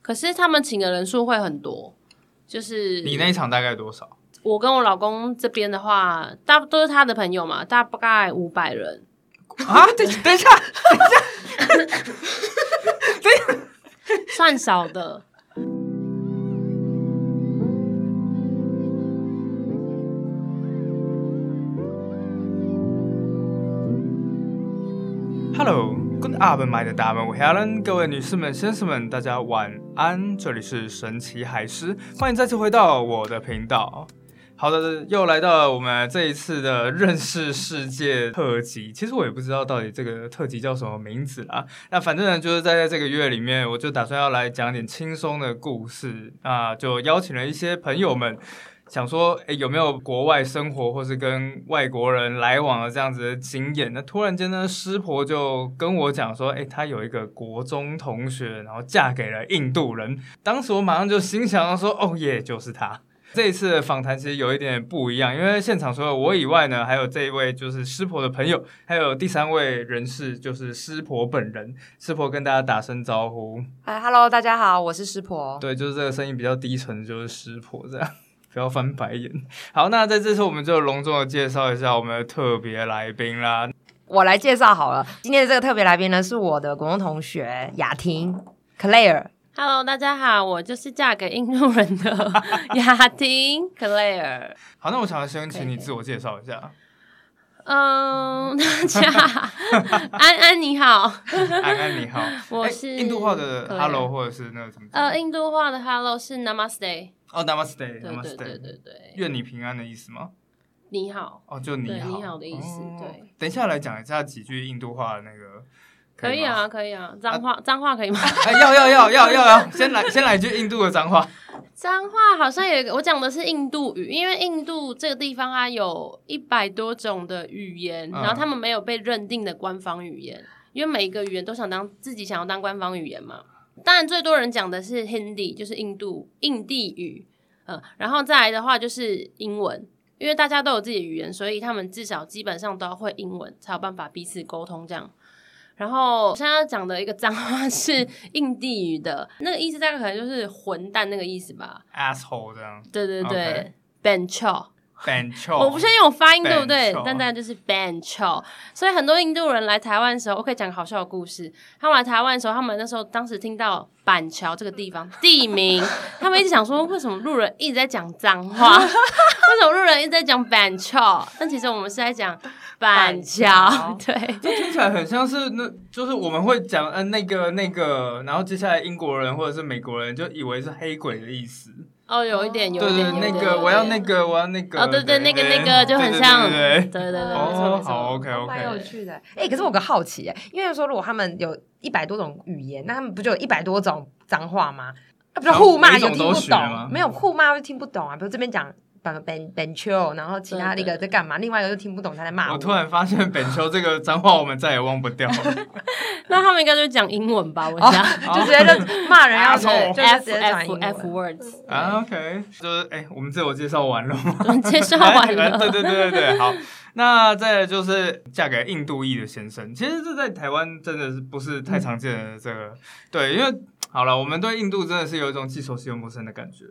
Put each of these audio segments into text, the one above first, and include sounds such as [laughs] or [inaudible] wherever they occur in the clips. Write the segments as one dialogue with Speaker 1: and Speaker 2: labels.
Speaker 1: 可是他们请的人数会很多，就是
Speaker 2: 你那一场大概多少？
Speaker 1: 我跟我老公这边的话，大都是他的朋友嘛，大概五百人。
Speaker 2: [laughs] 啊，等等一下，
Speaker 1: 算少的。
Speaker 2: Hello, good up, my 的大们，我是 Alan，各位女士们、先生们，大家晚安，这里是神奇海狮，欢迎再次回到我的频道。好的，又来到了我们这一次的认识世界特辑。其实我也不知道到底这个特辑叫什么名字啦。那反正呢，就是在这个月里面，我就打算要来讲点轻松的故事啊，就邀请了一些朋友们，想说，诶，有没有国外生活或是跟外国人来往的这样子的经验？那突然间呢，师婆就跟我讲说，诶，她有一个国中同学，然后嫁给了印度人。当时我马上就心想到说，哦耶，就是她。这一次的访谈其实有一点不一样，因为现场除了我以外呢，还有这一位就是师婆的朋友，还有第三位人士就是师婆本人。师婆跟大家打声招呼，
Speaker 3: 哎，Hello，大家好，我是师婆。
Speaker 2: 对，就是这个声音比较低沉，就是师婆这样，不要翻白眼。好，那在这次我们就隆重的介绍一下我们的特别来宾啦。
Speaker 3: 我来介绍好了，今天的这个特别来宾呢，是我的国中同学雅婷 Claire。
Speaker 1: [laughs] Hello，大家好，我就是嫁给印度人 [laughs] 的雅婷 Claire。
Speaker 2: 好，那我想先请你自我介绍一下。
Speaker 1: 嗯，大家安安你好，
Speaker 2: 安安你好，
Speaker 1: [laughs] 我
Speaker 2: 哎
Speaker 1: 是
Speaker 2: 印度话的
Speaker 1: Claire
Speaker 2: hello 或者是那个怎么讲？
Speaker 1: 呃，印度话的 Hello 是 Namaste，
Speaker 2: 哦，namaste
Speaker 1: 对对对
Speaker 2: namaste，
Speaker 1: 对对，
Speaker 2: 愿你平安的意思吗？
Speaker 1: 你好，
Speaker 2: 哦，就你
Speaker 1: 对
Speaker 2: 好，
Speaker 1: 你好的意思
Speaker 2: 哦
Speaker 1: 对。
Speaker 2: 等一下来讲一下几句印度话的那个，
Speaker 1: 可以
Speaker 2: 吗。
Speaker 1: [laughs] 啊，可以啊，脏话脏话可以吗？
Speaker 2: 哎，要要要要要要，先来先来一句印度的脏话。 [laughs]
Speaker 1: 脏话好像有一个，我讲的是印度语，因为印度这个地方它有一百多种的语言，
Speaker 2: 嗯
Speaker 1: 然后他们没有被认定的官方语言，因为每一个语言都想当自己想要当官方语言嘛。当然，最多人讲的是 Hindi，就是印度印地语，嗯，然后再来的话就是英文，因为大家都有自己的语言，所以他们至少基本上都要会英文，才有办法彼此沟通这样。然后现在要讲的一个脏话是印地语的，那个意思大概可能就是混蛋那个意思吧。
Speaker 2: asshole 这样
Speaker 1: 对对
Speaker 2: OK
Speaker 1: 对 b a n c h o
Speaker 2: ，bench，
Speaker 1: 我不确定我发音对不
Speaker 2: Ben
Speaker 1: 对
Speaker 2: Chao，
Speaker 1: 但大家就是 b a n c h o 所以很多印度人来台湾的时候，我可以讲个好笑的故事。他们来台湾的时候，他们那时候当时听到板桥这个地方 [laughs] 地名，他们一直想说，为什么路人一直在讲脏
Speaker 2: [laughs]
Speaker 1: 话？为什么路人一直在讲板桥？但其实我们是在讲板桥
Speaker 3: 板桥，
Speaker 1: [laughs] 对。
Speaker 2: 这听起来很像是那，就是我们会讲嗯、呃那个那个，然后接下来英国人或者是美国人就以为是黑鬼的意思。
Speaker 1: 哦，有一点，有
Speaker 2: 对
Speaker 1: 一
Speaker 2: 对
Speaker 1: 点，，有一
Speaker 2: 那
Speaker 1: 点
Speaker 2: 个我要那。个我要那个。
Speaker 1: 哦，对对，那个那个就很
Speaker 2: 对
Speaker 1: 像，嗯
Speaker 2: 对
Speaker 1: 对
Speaker 2: 对对对
Speaker 1: 对对，没错
Speaker 2: 哦，
Speaker 1: 没
Speaker 2: 好
Speaker 1: 错。
Speaker 2: ，OK OK，
Speaker 3: 蛮有趣的。哎、可是我有个好奇、哎，因为说如果他们有一百多种语言，那他们不就有一百多种脏话吗？啊，不是
Speaker 2: 然后
Speaker 3: 互骂
Speaker 2: 每一
Speaker 3: 又
Speaker 2: 种
Speaker 3: 听
Speaker 2: 都
Speaker 3: 不
Speaker 2: 学吗嗯
Speaker 3: 懂，没有互骂又听不懂啊。比如这边讲。板 ben ben c h o 然后其他的一个在干嘛，另外一个又听不懂他在骂
Speaker 2: 我突然发现本丘这个脏话我们再也忘不掉
Speaker 1: [laughs]
Speaker 2: 了。
Speaker 1: 那他们应该就讲英文吧？我
Speaker 3: 哦
Speaker 1: 想。
Speaker 3: 就直接就
Speaker 2: [laughs]
Speaker 3: 骂人要
Speaker 2: Asshole
Speaker 3: 就
Speaker 1: F
Speaker 3: 就直接转
Speaker 1: F
Speaker 2: [laughs]
Speaker 3: 英
Speaker 1: F
Speaker 3: 文。
Speaker 1: words
Speaker 2: 啊，OK，就是哎、我们自我介绍完了吗？
Speaker 1: 介绍完
Speaker 2: 哎对
Speaker 1: 了，
Speaker 2: 对对对对，好。那再来就是嫁给印度裔的先生，其实这在台湾真的是不是太常见的这
Speaker 1: 嗯
Speaker 2: 个，对，因为好了，我们对印度真的是有一种既熟悉又陌生的感觉。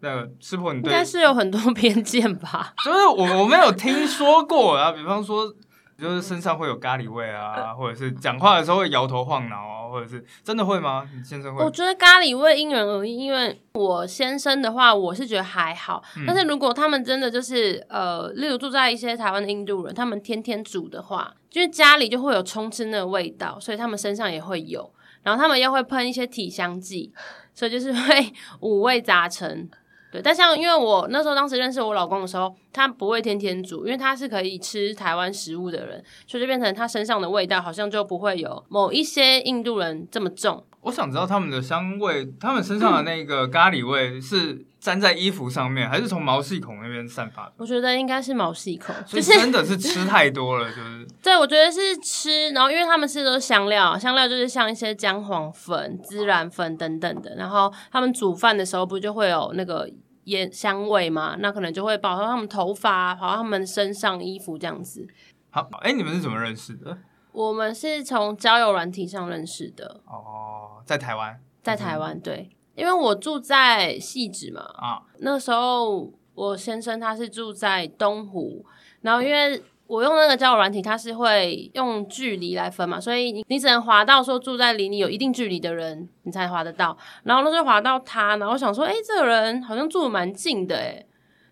Speaker 2: 那个师婆，你
Speaker 1: 应
Speaker 2: 对，
Speaker 1: 该
Speaker 2: 就是
Speaker 1: 有很多 [laughs] 偏见吧？
Speaker 2: 我我没有听说过啊，比方说就是身上会有咖喱味
Speaker 1: 呃
Speaker 2: 啊，或者是讲话的时候会摇头晃脑啊，或者是真的会吗？你先生会
Speaker 1: 我？觉得咖喱味因人而异，因为我先生的话，我是觉得还好。
Speaker 2: 嗯
Speaker 1: 但是如果他们真的就是呃，例如住在一些台湾的印度人，他们天天煮的话，就是家里就会有充斥那个味道，所以他们身上也会有。然后他们又会喷一些体香剂，所以就是会 [laughs] 五味杂陈。对，但像因为我那时候当时认识我老公的时候，他不会天天煮，因为他是可以吃台湾食物的人，所以就变成他身上的味道好像就不会有某一些印度人这么重。
Speaker 2: 我想知道他们的香味，他们身上的那个咖喱味是粘在衣服上面，还是从毛细孔那边散发的？
Speaker 1: 我觉得应该是毛细孔，就
Speaker 2: 所以
Speaker 1: 是
Speaker 2: 真的是吃太多了，就是
Speaker 1: [laughs] 对我觉得是吃，然后因为他们吃的都是香料，香料就是像一些姜黄粉、孜然粉等等的，然后他们煮饭的时候不就会有那个烟香味嘛，那可能就会跑到他们头发，跑到他们身上、衣服这样子。
Speaker 2: 好。哎、你们是怎么认识的？
Speaker 1: 我们是从交友软体上认识的，
Speaker 2: 哦，在台湾，
Speaker 1: 在台湾对。因为我住在汐止嘛，
Speaker 2: 啊，
Speaker 1: 那时候我先生他是住在东湖，然后因为我用那个交友软体，它是会用距离来分嘛，所以你你只能滑到说住在离你有一定距离的人，你才滑得到。然后那就滑到他，然后我想说，哎、这个人好像住的蛮近的、诶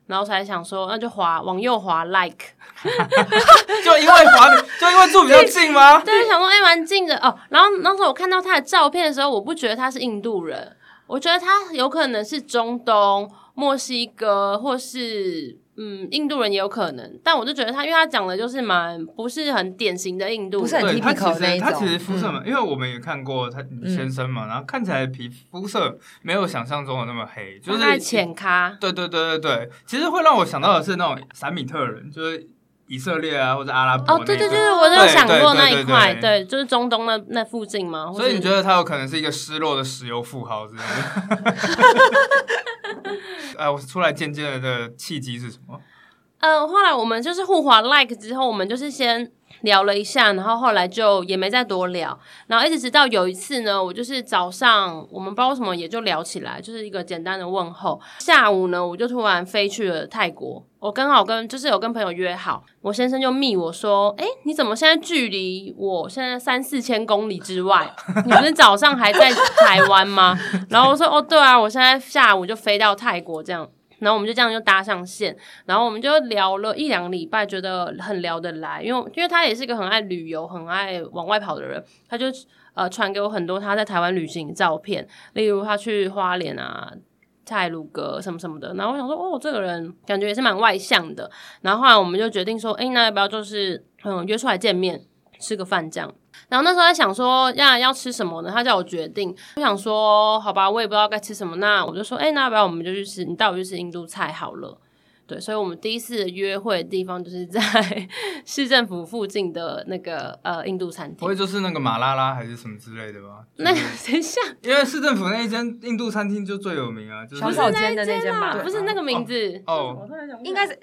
Speaker 1: 然后才想说，那就滑往右滑 like，
Speaker 2: 就因为华女，就因为住比较近吗？
Speaker 1: 对，想说哎，诶蛮、近的哦。然后那时候我看到他的照片的时候，我不觉得他是印度人，我觉得他有可能是中东、墨西哥，或是嗯印度人也有可能。但我就觉得他，因为他长得就是蛮不是很典型的印度人，
Speaker 3: 不是很
Speaker 2: 对他
Speaker 3: typical
Speaker 2: 其
Speaker 3: 那
Speaker 2: 实
Speaker 3: 一
Speaker 2: 他
Speaker 3: 种
Speaker 2: 其实肤色嘛，因为我们也看过他
Speaker 3: 嗯
Speaker 2: 先生嘛，然后看起来皮肤色没有想象中的那么黑，就
Speaker 1: 他
Speaker 2: 是
Speaker 1: 浅咖。
Speaker 2: 对对对对对，其实会让我想到的是那种闪米特人，就是以色列啊或者阿拉伯、那
Speaker 1: 哦
Speaker 2: 个，
Speaker 1: 对对对，我有
Speaker 2: 对
Speaker 1: 想
Speaker 2: 对
Speaker 1: 过
Speaker 2: 对
Speaker 1: 那
Speaker 2: 对
Speaker 1: 一块，
Speaker 2: 对
Speaker 1: 对，就是中东那那附近嘛。或
Speaker 2: 所以你
Speaker 1: 是
Speaker 2: 觉得他有可能是一个失落的石油富豪之类的？ [laughs] 呃，我出来见见的契机是什么？
Speaker 1: 嗯，后来我们就是互滑 like 之后，我们就是先聊了一下，然后后来就也没再多聊，然后一直直到有一次呢，我就是早上我们不知道为什么也就聊起来，就是一个简单的问候。下午呢，我就突然飞去了泰国，我刚好跟就是有跟朋友约好，我先生就密我说，哎，你怎么现在距离我现在三四千公里之外？你不是早上还在台湾吗？然后我说，哦，对啊，我现在下午就飞到泰国这样。然后我们就这样就搭上线，然后我们就聊了一两个礼拜，觉得很聊得来，因为因为他也是一个很爱旅游、很爱往外跑的人，他就呃传给我很多他在台湾旅行的照片，例如他去花莲啊。泰鲁阁什么什么的，然后我想说，哦，这个人感觉也是蛮外向的。然后后来我们就决定说，哎，那要不要就是嗯约出来见面吃个饭这样？然后那时候在想说，要要吃什么呢？他叫我决定，我想说，好吧，我也不知道该吃什么，那我就说，哎，那要不要我们就去吃？你带我去吃印度菜好了。对，所以我们第一次约会的地方就是在市政府附近的那个呃印度餐
Speaker 2: 不会
Speaker 1: 厅。
Speaker 2: 就是那个马拉拉还是什么之类的吧？
Speaker 1: 那 [laughs] 等一下，
Speaker 2: 因为市政府那一间印度餐厅就最有名啊，就是
Speaker 3: 小小间的那间
Speaker 1: 啊
Speaker 3: 吧，
Speaker 1: 不是那个名字，
Speaker 2: 哦。
Speaker 3: 应该是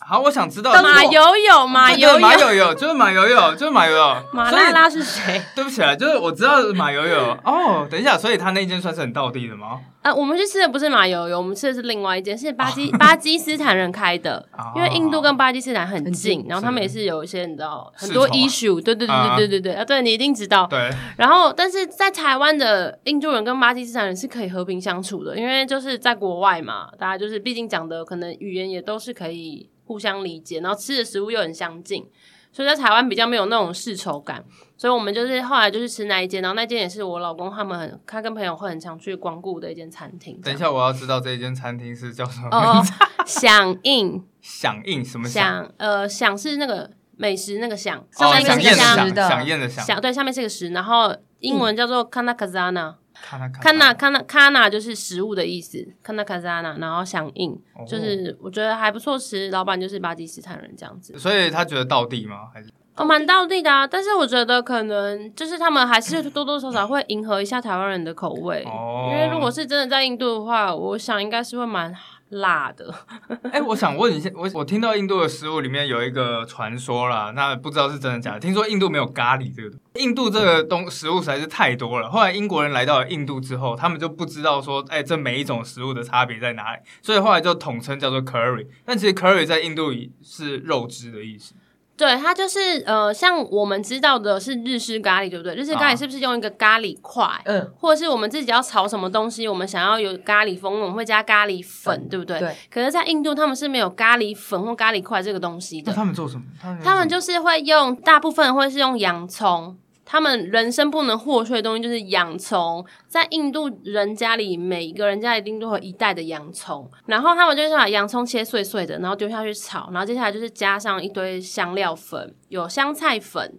Speaker 2: 好，我想知道
Speaker 1: 马友友，马
Speaker 2: 哦对
Speaker 1: 友
Speaker 2: 马
Speaker 1: 友，
Speaker 2: 友友就是马友友就是马友友，
Speaker 1: [laughs] 马
Speaker 2: 所以
Speaker 1: 拉拉是谁？
Speaker 2: 对不起啊，就是我知道马友友哦。等一下，所以他那间算是很道地的吗？
Speaker 1: 呃，我们去吃的不是马友友，我们吃的是另外一间，是巴基巴基斯坦人开的
Speaker 2: 哦，
Speaker 1: 因为印度跟巴基斯坦很
Speaker 3: 很
Speaker 1: 近
Speaker 3: 近，
Speaker 1: 然后他们也是有一些你知道很
Speaker 2: 世
Speaker 1: 多
Speaker 2: 仇啊
Speaker 1: issue，对对对对对对对，啊，对你一定知道，
Speaker 2: 对，
Speaker 1: 然后，但是在台湾的印度人跟巴基斯坦人是可以和平相处的，因为就是在国外嘛，大家就是毕竟讲的可能语言也都是可以互相理解，然后吃的食物又很相近，所以在台湾比较没有那种世仇感。所以我们就是后来就是吃那一间，然后那间也是我老公他们很他跟朋友会很常去光顾的一间餐厅。
Speaker 2: 等一下我要知道这一间餐厅是叫什么
Speaker 1: 这
Speaker 2: 名
Speaker 1: 样，哦
Speaker 2: 字，
Speaker 1: 哦，响应
Speaker 2: 响应什么响？
Speaker 1: 响呃响是那个美食那个响，
Speaker 2: 哦
Speaker 1: 上，面
Speaker 3: 应该
Speaker 1: 是
Speaker 2: 响
Speaker 1: 一
Speaker 2: 宴
Speaker 1: 个
Speaker 2: 的
Speaker 1: 香
Speaker 2: 嗯响，
Speaker 3: 响
Speaker 2: 响宴的响。
Speaker 1: 响对，下面是一个食，然后英文叫做 kanakazana。
Speaker 2: 看他看
Speaker 1: 看那看那看那就是食物的意思，看那看那，然后响应，
Speaker 2: 哦
Speaker 1: 就是我觉得还不错吃。老板就是巴基斯坦人这样子，
Speaker 2: 哦所以他觉得道地吗？还是
Speaker 1: 哦，蛮道地的啊。但是我觉得可能就是他们还是多多少少会迎合一下台湾人的口味，
Speaker 2: 哦
Speaker 1: 因为如果是真的在印度的话，我想应该是会蛮辣的。 [laughs]
Speaker 2: 哎、我想问一下，我我听到印度的食物里面有一个传说啦，那不知道是真的假的。听说印度没有咖喱这个东，印度这个东食物实在是太多了。后来英国人来到了印度之后，他们就不知道说，哎、这每一种食物的差别在哪里，所以后来就统称叫做 curry。但其实 curry 在印度语是肉汁的意思。
Speaker 1: 对，它就是呃，像我们知道的是日式咖喱，对不对？日式咖
Speaker 2: 啊
Speaker 1: 喱是不是用一个咖喱块？
Speaker 2: 哦
Speaker 3: 嗯，
Speaker 1: 或者是我们自己要炒什么东西，我们想要有咖喱风，我们会加咖喱粉，对不对？
Speaker 3: 对。
Speaker 1: 可是，在印度他们是没有咖喱粉或咖喱块这个东西
Speaker 2: 那
Speaker 1: 的，
Speaker 2: 他们做什么？他们
Speaker 1: 他们
Speaker 2: 就
Speaker 1: 就是会用大部分会是用洋葱。他们人生不能或缺的东西就是洋葱，在印度人家里，每一个人家一定都会有一袋的洋葱，然后他们就是把洋葱切碎碎的，然后丢下去炒，然后接下来就是加上一堆香料粉，有香菜粉，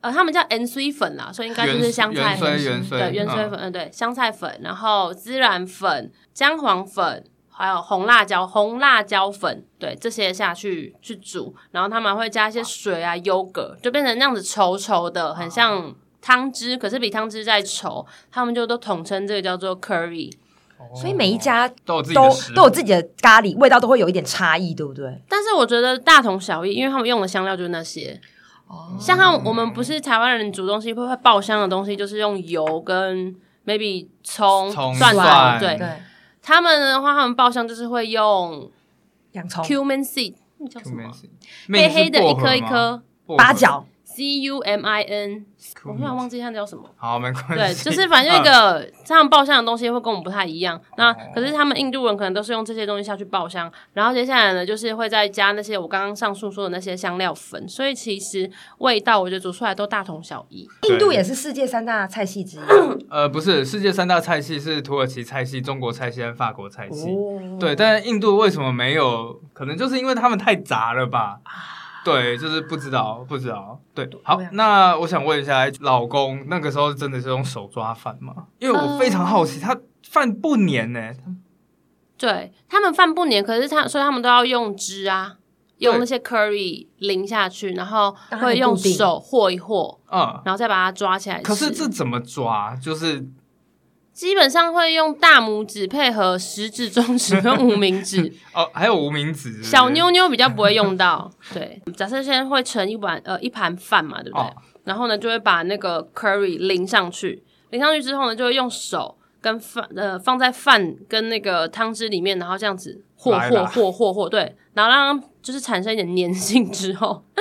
Speaker 1: 呃，他们叫 N C 粉啦，所以应该就是香菜粉。
Speaker 2: 元荽元荽
Speaker 1: 对，原水
Speaker 2: 嗯
Speaker 1: 粉，嗯，对，香菜粉，然后孜然粉、姜黄粉，还有红辣椒、红辣椒粉，对，这些下去去煮，然后他们会加一些水啊、优格，就变成那样子稠稠的，很
Speaker 2: 哦
Speaker 1: 像汤汁，可是比汤汁再稠，他们就都统称这个叫做 curry。
Speaker 3: 所以每一家
Speaker 2: 都有自己
Speaker 3: 都
Speaker 2: 的食物
Speaker 3: 都有自己的咖喱，味道都会有一点差异，对不对？
Speaker 1: 但是我觉得大同小异，因为他们用的香料就是那些。
Speaker 3: 哦
Speaker 2: 嗯
Speaker 1: 像他们我们不是台湾人煮东西会会爆香的东西，就是用油跟 maybe 葱、
Speaker 2: 葱
Speaker 1: 蒜头
Speaker 2: 蒜
Speaker 1: 对。
Speaker 3: 对，
Speaker 1: 他们的话，他们爆香就是会用
Speaker 3: 洋葱、
Speaker 1: cumin seed，那叫什么？黑
Speaker 2: 妹是
Speaker 1: 黑的
Speaker 2: 薄
Speaker 1: 一
Speaker 2: 荷
Speaker 1: 颗一
Speaker 2: 吗，
Speaker 1: 颗
Speaker 2: 薄荷
Speaker 3: 八。角，
Speaker 1: ，c u m i n，我突然忘记它叫什么。
Speaker 2: 好，没关
Speaker 1: 对，
Speaker 2: 系。
Speaker 1: 就是反正一个他们爆香的东西会跟我们不太一样。那
Speaker 2: 啊哦
Speaker 1: 可是他们印度人可能都是用这些东西下去爆香，然后接下来呢，就是会再加那些我刚刚上述说的那些香料粉，所以其实味道我觉得煮出来都大同小异。
Speaker 2: 对
Speaker 3: 印度也是世界三大菜
Speaker 1: [coughs]
Speaker 3: 系之一。
Speaker 2: 嗯呃，不是世界三大菜系是土耳其菜系、中国菜系和法国菜系。
Speaker 3: 哦
Speaker 2: 对，但印度为什么没有？可能就是因为他们太杂了吧。对，就是不知道，不知道。啊对，啊好
Speaker 3: 我也，
Speaker 2: 那我想问一下，老公那个时候真的是用手抓饭吗？因为我非常好
Speaker 1: 呃
Speaker 2: 奇，他饭不粘欸呢、
Speaker 1: 对他们饭不粘，可是他所以他们都要用汁啊，用那些 curry 淋下去，然后
Speaker 3: 让它
Speaker 1: 会用
Speaker 3: 固定
Speaker 1: 手和一和，
Speaker 2: 嗯，
Speaker 1: 然后再把它抓起来吃。
Speaker 2: 可是这怎么抓？就是
Speaker 1: 基本上会用大拇指配合食指、中指跟无名指。
Speaker 2: 哦，还有无名指是 [laughs] 不是
Speaker 1: 小妞妞比较不会用到。对，假设现在会盛一碗呃一盘饭嘛，对不对？
Speaker 2: 哦
Speaker 1: 然后呢，就会把那个 curry 淋上去，淋上去之后呢，就会用手跟饭呃放在饭跟那个汤汁里面，然后这样子和
Speaker 2: 来啦
Speaker 1: 和和和和，对，然后让它就是产生一点粘性之后。 [laughs]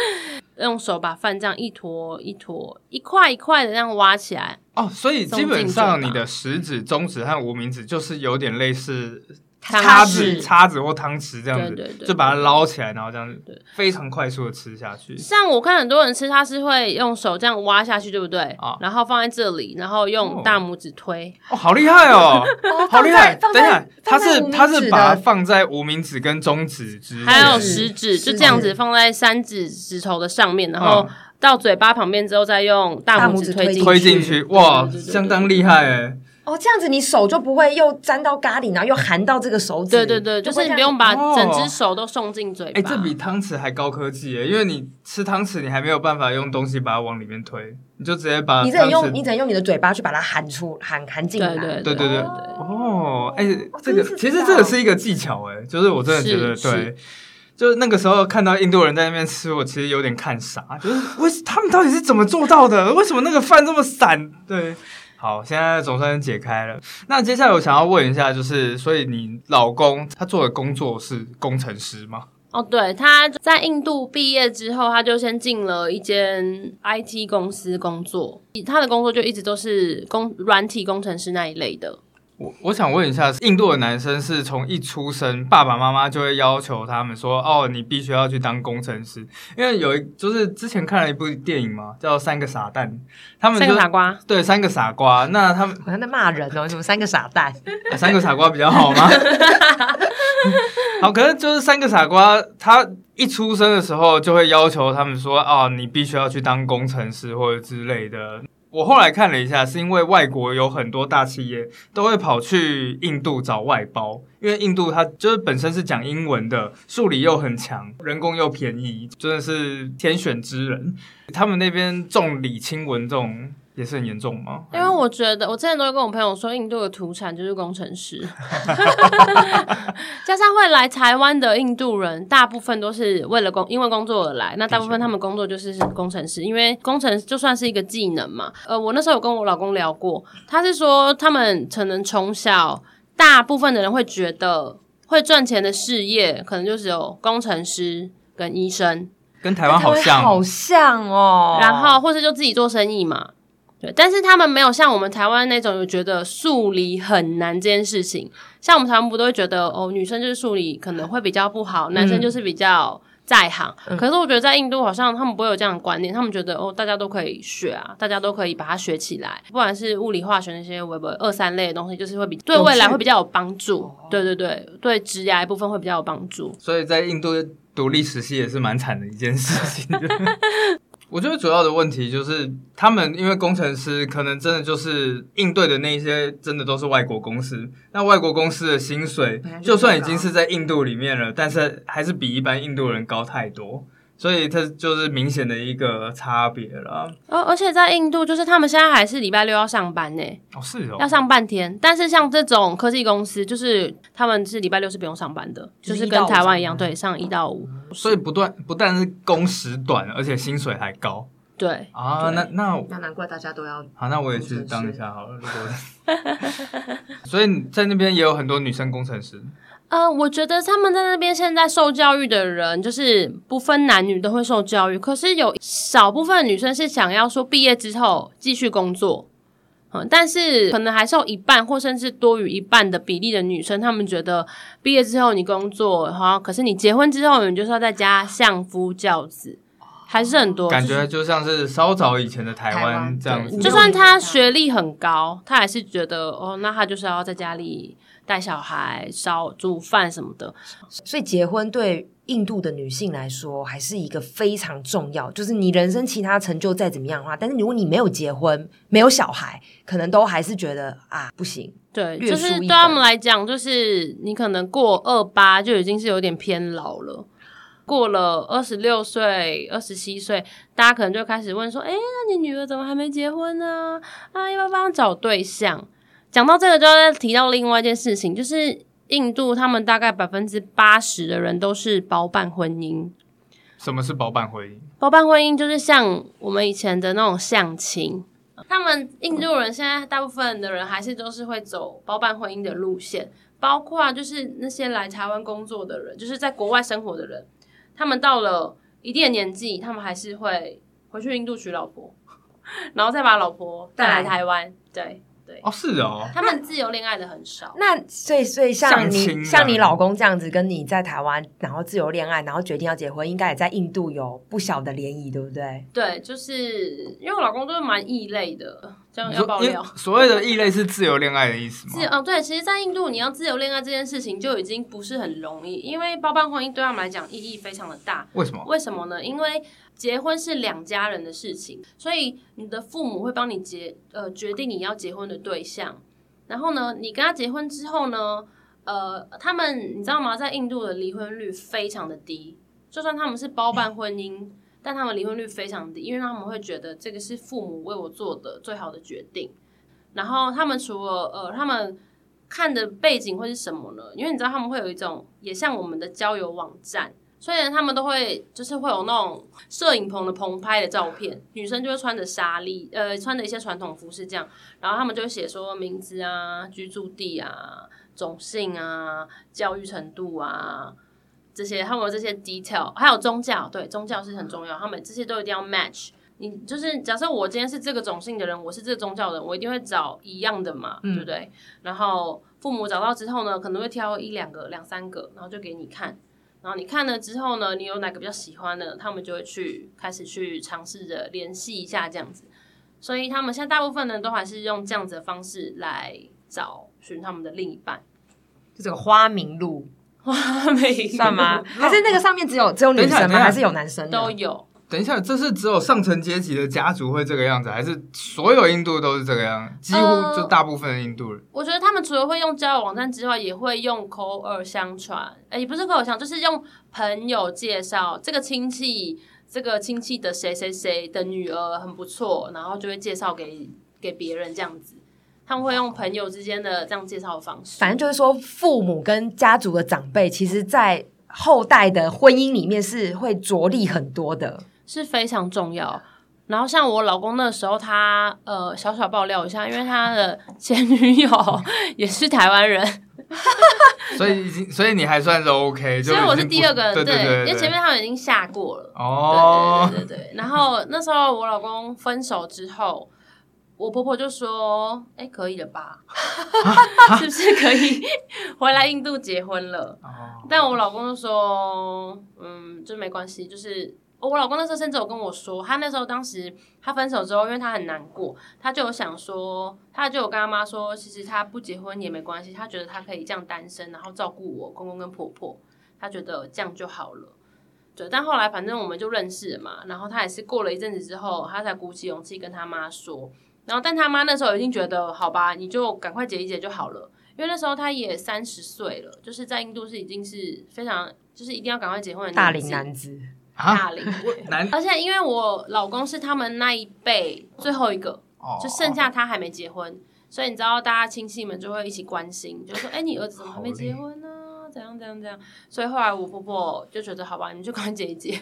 Speaker 1: 用手把饭这样一坨一坨、一块一块的这样挖起来，
Speaker 2: 哦，所以基
Speaker 1: 送
Speaker 2: 本
Speaker 1: 进
Speaker 2: 上
Speaker 1: 嘴巴
Speaker 2: 你的食指、中指和无名指就是有点类似
Speaker 1: 汤
Speaker 2: 叉
Speaker 1: 匙
Speaker 2: 子、叉子或汤匙这样子，
Speaker 1: 对对对
Speaker 2: 就把它捞起来，然后这样
Speaker 1: 对
Speaker 2: 子非常快速的吃下去。
Speaker 1: 像我看很多人吃，他是会用手这样挖下去，对不对？
Speaker 2: 啊
Speaker 1: 然后放在这里，然后用
Speaker 2: 哦
Speaker 1: 大拇指推，
Speaker 2: 哦，好厉害哦，
Speaker 3: 哦
Speaker 2: 好厉害！
Speaker 3: 放
Speaker 2: 等一
Speaker 3: 在
Speaker 2: 下，他
Speaker 3: 放在
Speaker 2: 是
Speaker 3: 放
Speaker 2: 他
Speaker 3: 在
Speaker 2: 是
Speaker 3: 无名指
Speaker 2: 把它
Speaker 3: 的
Speaker 2: 放在无名指跟中指之间，
Speaker 1: 还有
Speaker 3: 食
Speaker 1: 食指，
Speaker 3: 是
Speaker 1: 就这样子放在三指指头的上面，然后
Speaker 2: 嗯
Speaker 1: 到嘴巴旁边之后再用大拇指推进
Speaker 3: 指
Speaker 2: 推进去，哇，
Speaker 1: 对对对对
Speaker 2: 相当厉害哎！
Speaker 3: 哦，这样子你手就不会又沾到咖喱，然后又含到这个手指。
Speaker 1: 对对对，就是你不用把
Speaker 2: 哦
Speaker 1: 整只手都送进嘴
Speaker 2: 哎，
Speaker 1: 巴。
Speaker 2: 这比汤匙还高科技哎，因为你吃汤匙，你还没有办法用东西把它往里面推，你就直接把
Speaker 3: 你只能
Speaker 2: 汤
Speaker 3: 用
Speaker 2: 匙
Speaker 3: 你只能用你的嘴巴去把它含出含含进来。
Speaker 1: 啊对对
Speaker 2: 对对对哦，哎、
Speaker 3: 我
Speaker 2: 这
Speaker 3: 真
Speaker 2: 个
Speaker 3: 是
Speaker 2: 其
Speaker 3: 知
Speaker 2: 实
Speaker 3: 道
Speaker 2: 这个是一个技巧、哎，就是我真的觉得
Speaker 1: 是
Speaker 2: 对，就是那个时候看到印度人在那边吃，我其实有点看傻，就是 [laughs] 为他们到底是怎么做到的？为什么那个饭这么散？对。好，现在总算解开了。那接下来我想要问一下，就是，所以你老公他做的工作是工程师吗？
Speaker 1: 哦，对，他在印度毕业之后，他就先进了一间 IT 公司工作，他的工作就一直都是工软体工程师那一类的。
Speaker 2: 我我想问一下，印度的男生是从一出生，爸爸妈妈就会要求他们说，哦，你必须要去当工程师，因为有一就是之前看了一部电影嘛，叫《三个傻蛋》，他们
Speaker 1: 三
Speaker 2: 就
Speaker 1: 个傻瓜，
Speaker 2: 对三个傻瓜，那他们、
Speaker 3: 好像在骂人哦，什么三个傻蛋，
Speaker 2: 呃三个傻瓜比较好吗？ [laughs] 好，可是就是三个傻瓜，他一出生的时候就会要求他们说，哦，你必须要去当工程师或者之类的。我后来看了一下，是因为外国有很多大企业都会跑去印度找外包，因为印度它就是本身是讲英文的，数理又很强，人工又便宜，真的是天选之人。他们那边重理轻文这种也是很严重吗？
Speaker 1: 因为我觉得我之前都会跟我朋友说，印度的土产就是工程师，加上会来台湾的印度人，大部分都是为了工因为工作而来。那大部分他们工作就是是工程师，因为工程就算是一个技能嘛。呃，我那时候有跟我老公聊过，他是说他们可能从小大部分的人会觉得会赚钱的事业，可能就只有工程师跟医生。
Speaker 2: 跟台湾好像，
Speaker 3: 好像哦。
Speaker 1: 然后或是就自己做生意嘛。对，但是他们没有像我们台湾那种有觉得数理很难这件事情，像我们台湾不都会觉得哦，女生就是数理可能会比较不好，男生就是比较在行。可是我觉得在印度好像他们不会有这样的观念，他们觉得哦，大家都可以学啊，大家都可以把它学起来，不管是物理、化学那些微博二三类的东西，就是会哦比对
Speaker 3: 有趣
Speaker 1: 未来会比较有帮助。对对对，对职涯部分会比较有帮助。
Speaker 2: 所以在印度读历史系也是蛮惨的一件事情。 [laughs] 我觉得主要的问题就是，他们因为工程师可能真的就是应对的那一些，真的都是外国公司。那外国公司的薪水
Speaker 3: 本来，就
Speaker 2: 就算已
Speaker 3: 高
Speaker 2: 经是在印度里面了，但是还是比一般印度人高太多，所以它就是明显的一个差别了。
Speaker 1: 哦而、而且在印度，就是他们现在还是礼拜六要上班呢、
Speaker 2: 哦，是哦
Speaker 1: 要上半天，但是像这种科技公司，就是他们是礼拜六是不用上班的，就
Speaker 3: 就
Speaker 1: 是是
Speaker 3: 一到
Speaker 1: 跟
Speaker 3: 五
Speaker 1: 台湾一样，
Speaker 3: 上班嗯
Speaker 1: 对，上一到五。
Speaker 2: 所以不断不但是工时短，而且薪水还高。
Speaker 1: 对，
Speaker 2: 啊，
Speaker 1: 对
Speaker 2: 那那我
Speaker 3: 那难怪大家都要
Speaker 2: 好，那我
Speaker 1: 嗯
Speaker 2: 也去当一下好了。如果
Speaker 1: [laughs]
Speaker 2: 所以你在那边也有很多女生工程师，
Speaker 1: 呃，我觉得他们在那边现在受教育的人，就是不分男女都会受教育。可是有少部分女生是想要说毕业之后继续工作，嗯，但是可能还是有一半或甚至多于一半的比例的女生，她们觉得毕业之后你工作，然后可是你结婚之后，你就是要在家相夫教子，还是很多。
Speaker 2: 感
Speaker 1: 就是
Speaker 2: 觉就像是稍早以前的台
Speaker 3: 台
Speaker 2: 湾
Speaker 3: 湾
Speaker 2: 这样
Speaker 3: 对
Speaker 2: 子。
Speaker 3: 五
Speaker 1: 就
Speaker 3: 六
Speaker 1: 算
Speaker 3: 年
Speaker 1: 他
Speaker 3: 以上
Speaker 1: 学历很高，他还是觉得哦，那他就是要在家里带小孩、烧煮饭什么的。
Speaker 3: 所以结婚对印度的女性来说还是一个非常重要，就是你人生其他成就再怎么样的话，但是如果你没有结婚、没有小孩，可能都还是觉得啊不行。
Speaker 1: 对，
Speaker 3: 略
Speaker 1: 就是
Speaker 3: 输
Speaker 1: 对
Speaker 3: 一
Speaker 1: 他
Speaker 3: 等
Speaker 1: 们来讲，就是你可能过二八就已经是有点偏老了。过了二十六岁、二十七岁，大家可能就开始问说：“哎、那你女儿怎么还没结婚呢、啊？要不要帮她找对象？”讲到这个，就要提到另外一件事情，就是印度他们大概百分之八十的人都是包办婚姻。
Speaker 2: 什么是包办婚姻？
Speaker 1: 包办婚姻就是像我们以前的那种相亲，他们印度人现在大部分的人还是都是会走包办婚姻的路线，包括就是那些来台湾工作的人，就是在国外生活的人，他们到了一定的年纪，他们还是会回去印度娶老婆， [laughs] 然后再把老婆带来台湾。对对，
Speaker 2: 哦，是哦，
Speaker 1: 他们自由恋爱的很少。
Speaker 3: 那所以所以像
Speaker 2: 相亲啊
Speaker 3: 你像你老公这样子，跟你在台湾然后自由恋爱，然后决定要结婚，应该也在印度有不小的涟漪，对不对？
Speaker 1: 对，就是因为我老公都是蛮异类的，这样
Speaker 2: 你
Speaker 1: 要
Speaker 2: 说
Speaker 1: 爆
Speaker 2: 因
Speaker 1: 料。
Speaker 2: 所谓的异类是自由恋爱的意思
Speaker 1: 自
Speaker 2: 吗？
Speaker 1: 哦，对，其实，在印度，你要自由恋爱这件事情就已经不是很容易，因为包办婚姻对他们来讲意义非常的大。
Speaker 2: 为什么？
Speaker 1: 为什么呢？因为结婚是两家人的事情，所以你的父母会帮你结呃决定你要结婚的对象，然后呢，你跟他结婚之后呢，呃，他们你知道吗？在印度的离婚率非常的低，就算他们是包办婚姻，但他们离婚率非常低，因为他们会觉得这个是父母为我做的最好的决定。然后他们除了呃，他们看的背景会是什么呢？因为你知道他们会有一种也像我们的交友网站，虽然他们都会就是会有那种摄影棚的棚拍的照片，女生就会穿着纱丽，呃，穿着一些传统服饰这样，然后他们就会写说名字啊、居住地啊、种姓啊、教育程度啊。这些他们有这些 detail，还有宗教，对宗教是很重要，他们这些都一定要 match。你就是假设我今天是这个种姓的人，我是这个宗教的人，我一定会找一样的嘛，
Speaker 3: 嗯
Speaker 1: 对不对？然后父母找到之后呢，可能会挑一两个、两三个，然后就给你看。然后你看了之后呢，你有哪个比较喜欢的，他们就会去开始去尝试着联系一下这样子。所以他们现在大部分人都还是用这样子的方式来找寻他们的另一半，
Speaker 3: 就这个花名 [laughs] 录
Speaker 1: 没
Speaker 3: 算吗？ [laughs] 还是那个上面只有只有女
Speaker 2: 等
Speaker 3: 生
Speaker 2: 一下
Speaker 3: 吗？还是有男生的
Speaker 1: [laughs] 都有。
Speaker 2: 等一下，这是只有上层阶级的家族会这个样子，还是所有印度都是这个样？几乎
Speaker 1: 呃
Speaker 2: 就大部分的印度人。
Speaker 1: 我觉得他们除了会用交友网站之外，也会用口耳相传，哎，也不是口耳相传，就是用朋友介绍这个亲戚，这个亲戚的谁谁谁的女儿很不错，然后就会介绍给给别人这样子。他们会用朋友之间的这样介绍的方式。
Speaker 3: 反正就是说，父母跟家族的长辈，其实，在后代的婚姻里面是会着力很多的。
Speaker 1: 是非常重要。然后像我老公那时候他，呃小小爆料一下，因为他的前女友也是台湾人，
Speaker 2: 所以已经，所以你还算是 OK，就
Speaker 1: 所以我
Speaker 2: 已
Speaker 1: 是
Speaker 2: 经
Speaker 1: 第
Speaker 2: 不
Speaker 1: 二个，
Speaker 2: 对对对，
Speaker 1: 因为
Speaker 2: 对
Speaker 1: 前面他们已经下过了。
Speaker 2: 哦，
Speaker 1: 对对对对对。然后那时候我老公分手之后，我婆婆就说：“哎、可以了吧？是不是可以回来印度结婚了？”
Speaker 2: 哦
Speaker 1: 但我老公就说：“嗯，就没关系，就是。”哦我老公那时候甚至有跟我说，他那时候当时他分手之后，因为他很难过，他就有想说，他就有跟他妈说，其实他不结婚也没关系，他觉得他可以这样单身，然后照顾我公公跟婆婆，他觉得这样就好了。对，但后来反正我们就认识了嘛，然后他也是过了一阵子之后，他才鼓起勇气跟他妈说，然后但他妈那时候已经觉得，好吧，你就赶快结一结就好了，因为那时候他也三十岁了，就是在印度是已经是非常就是一定要赶快结婚的
Speaker 3: 大
Speaker 1: 年
Speaker 3: 龄
Speaker 1: 纪
Speaker 3: 男子，
Speaker 2: 啊，
Speaker 1: 大龄，
Speaker 2: 男
Speaker 1: 而且因为我老公是他们那一辈最后一个，
Speaker 2: 哦
Speaker 1: 就剩下他还没结婚，所以你知道大家亲戚们就会一起关心，就说：“哎、你儿子怎么还没结婚呢、怎样怎样怎样？”所以后来我婆婆就觉得：“好吧，你就赶快结一结。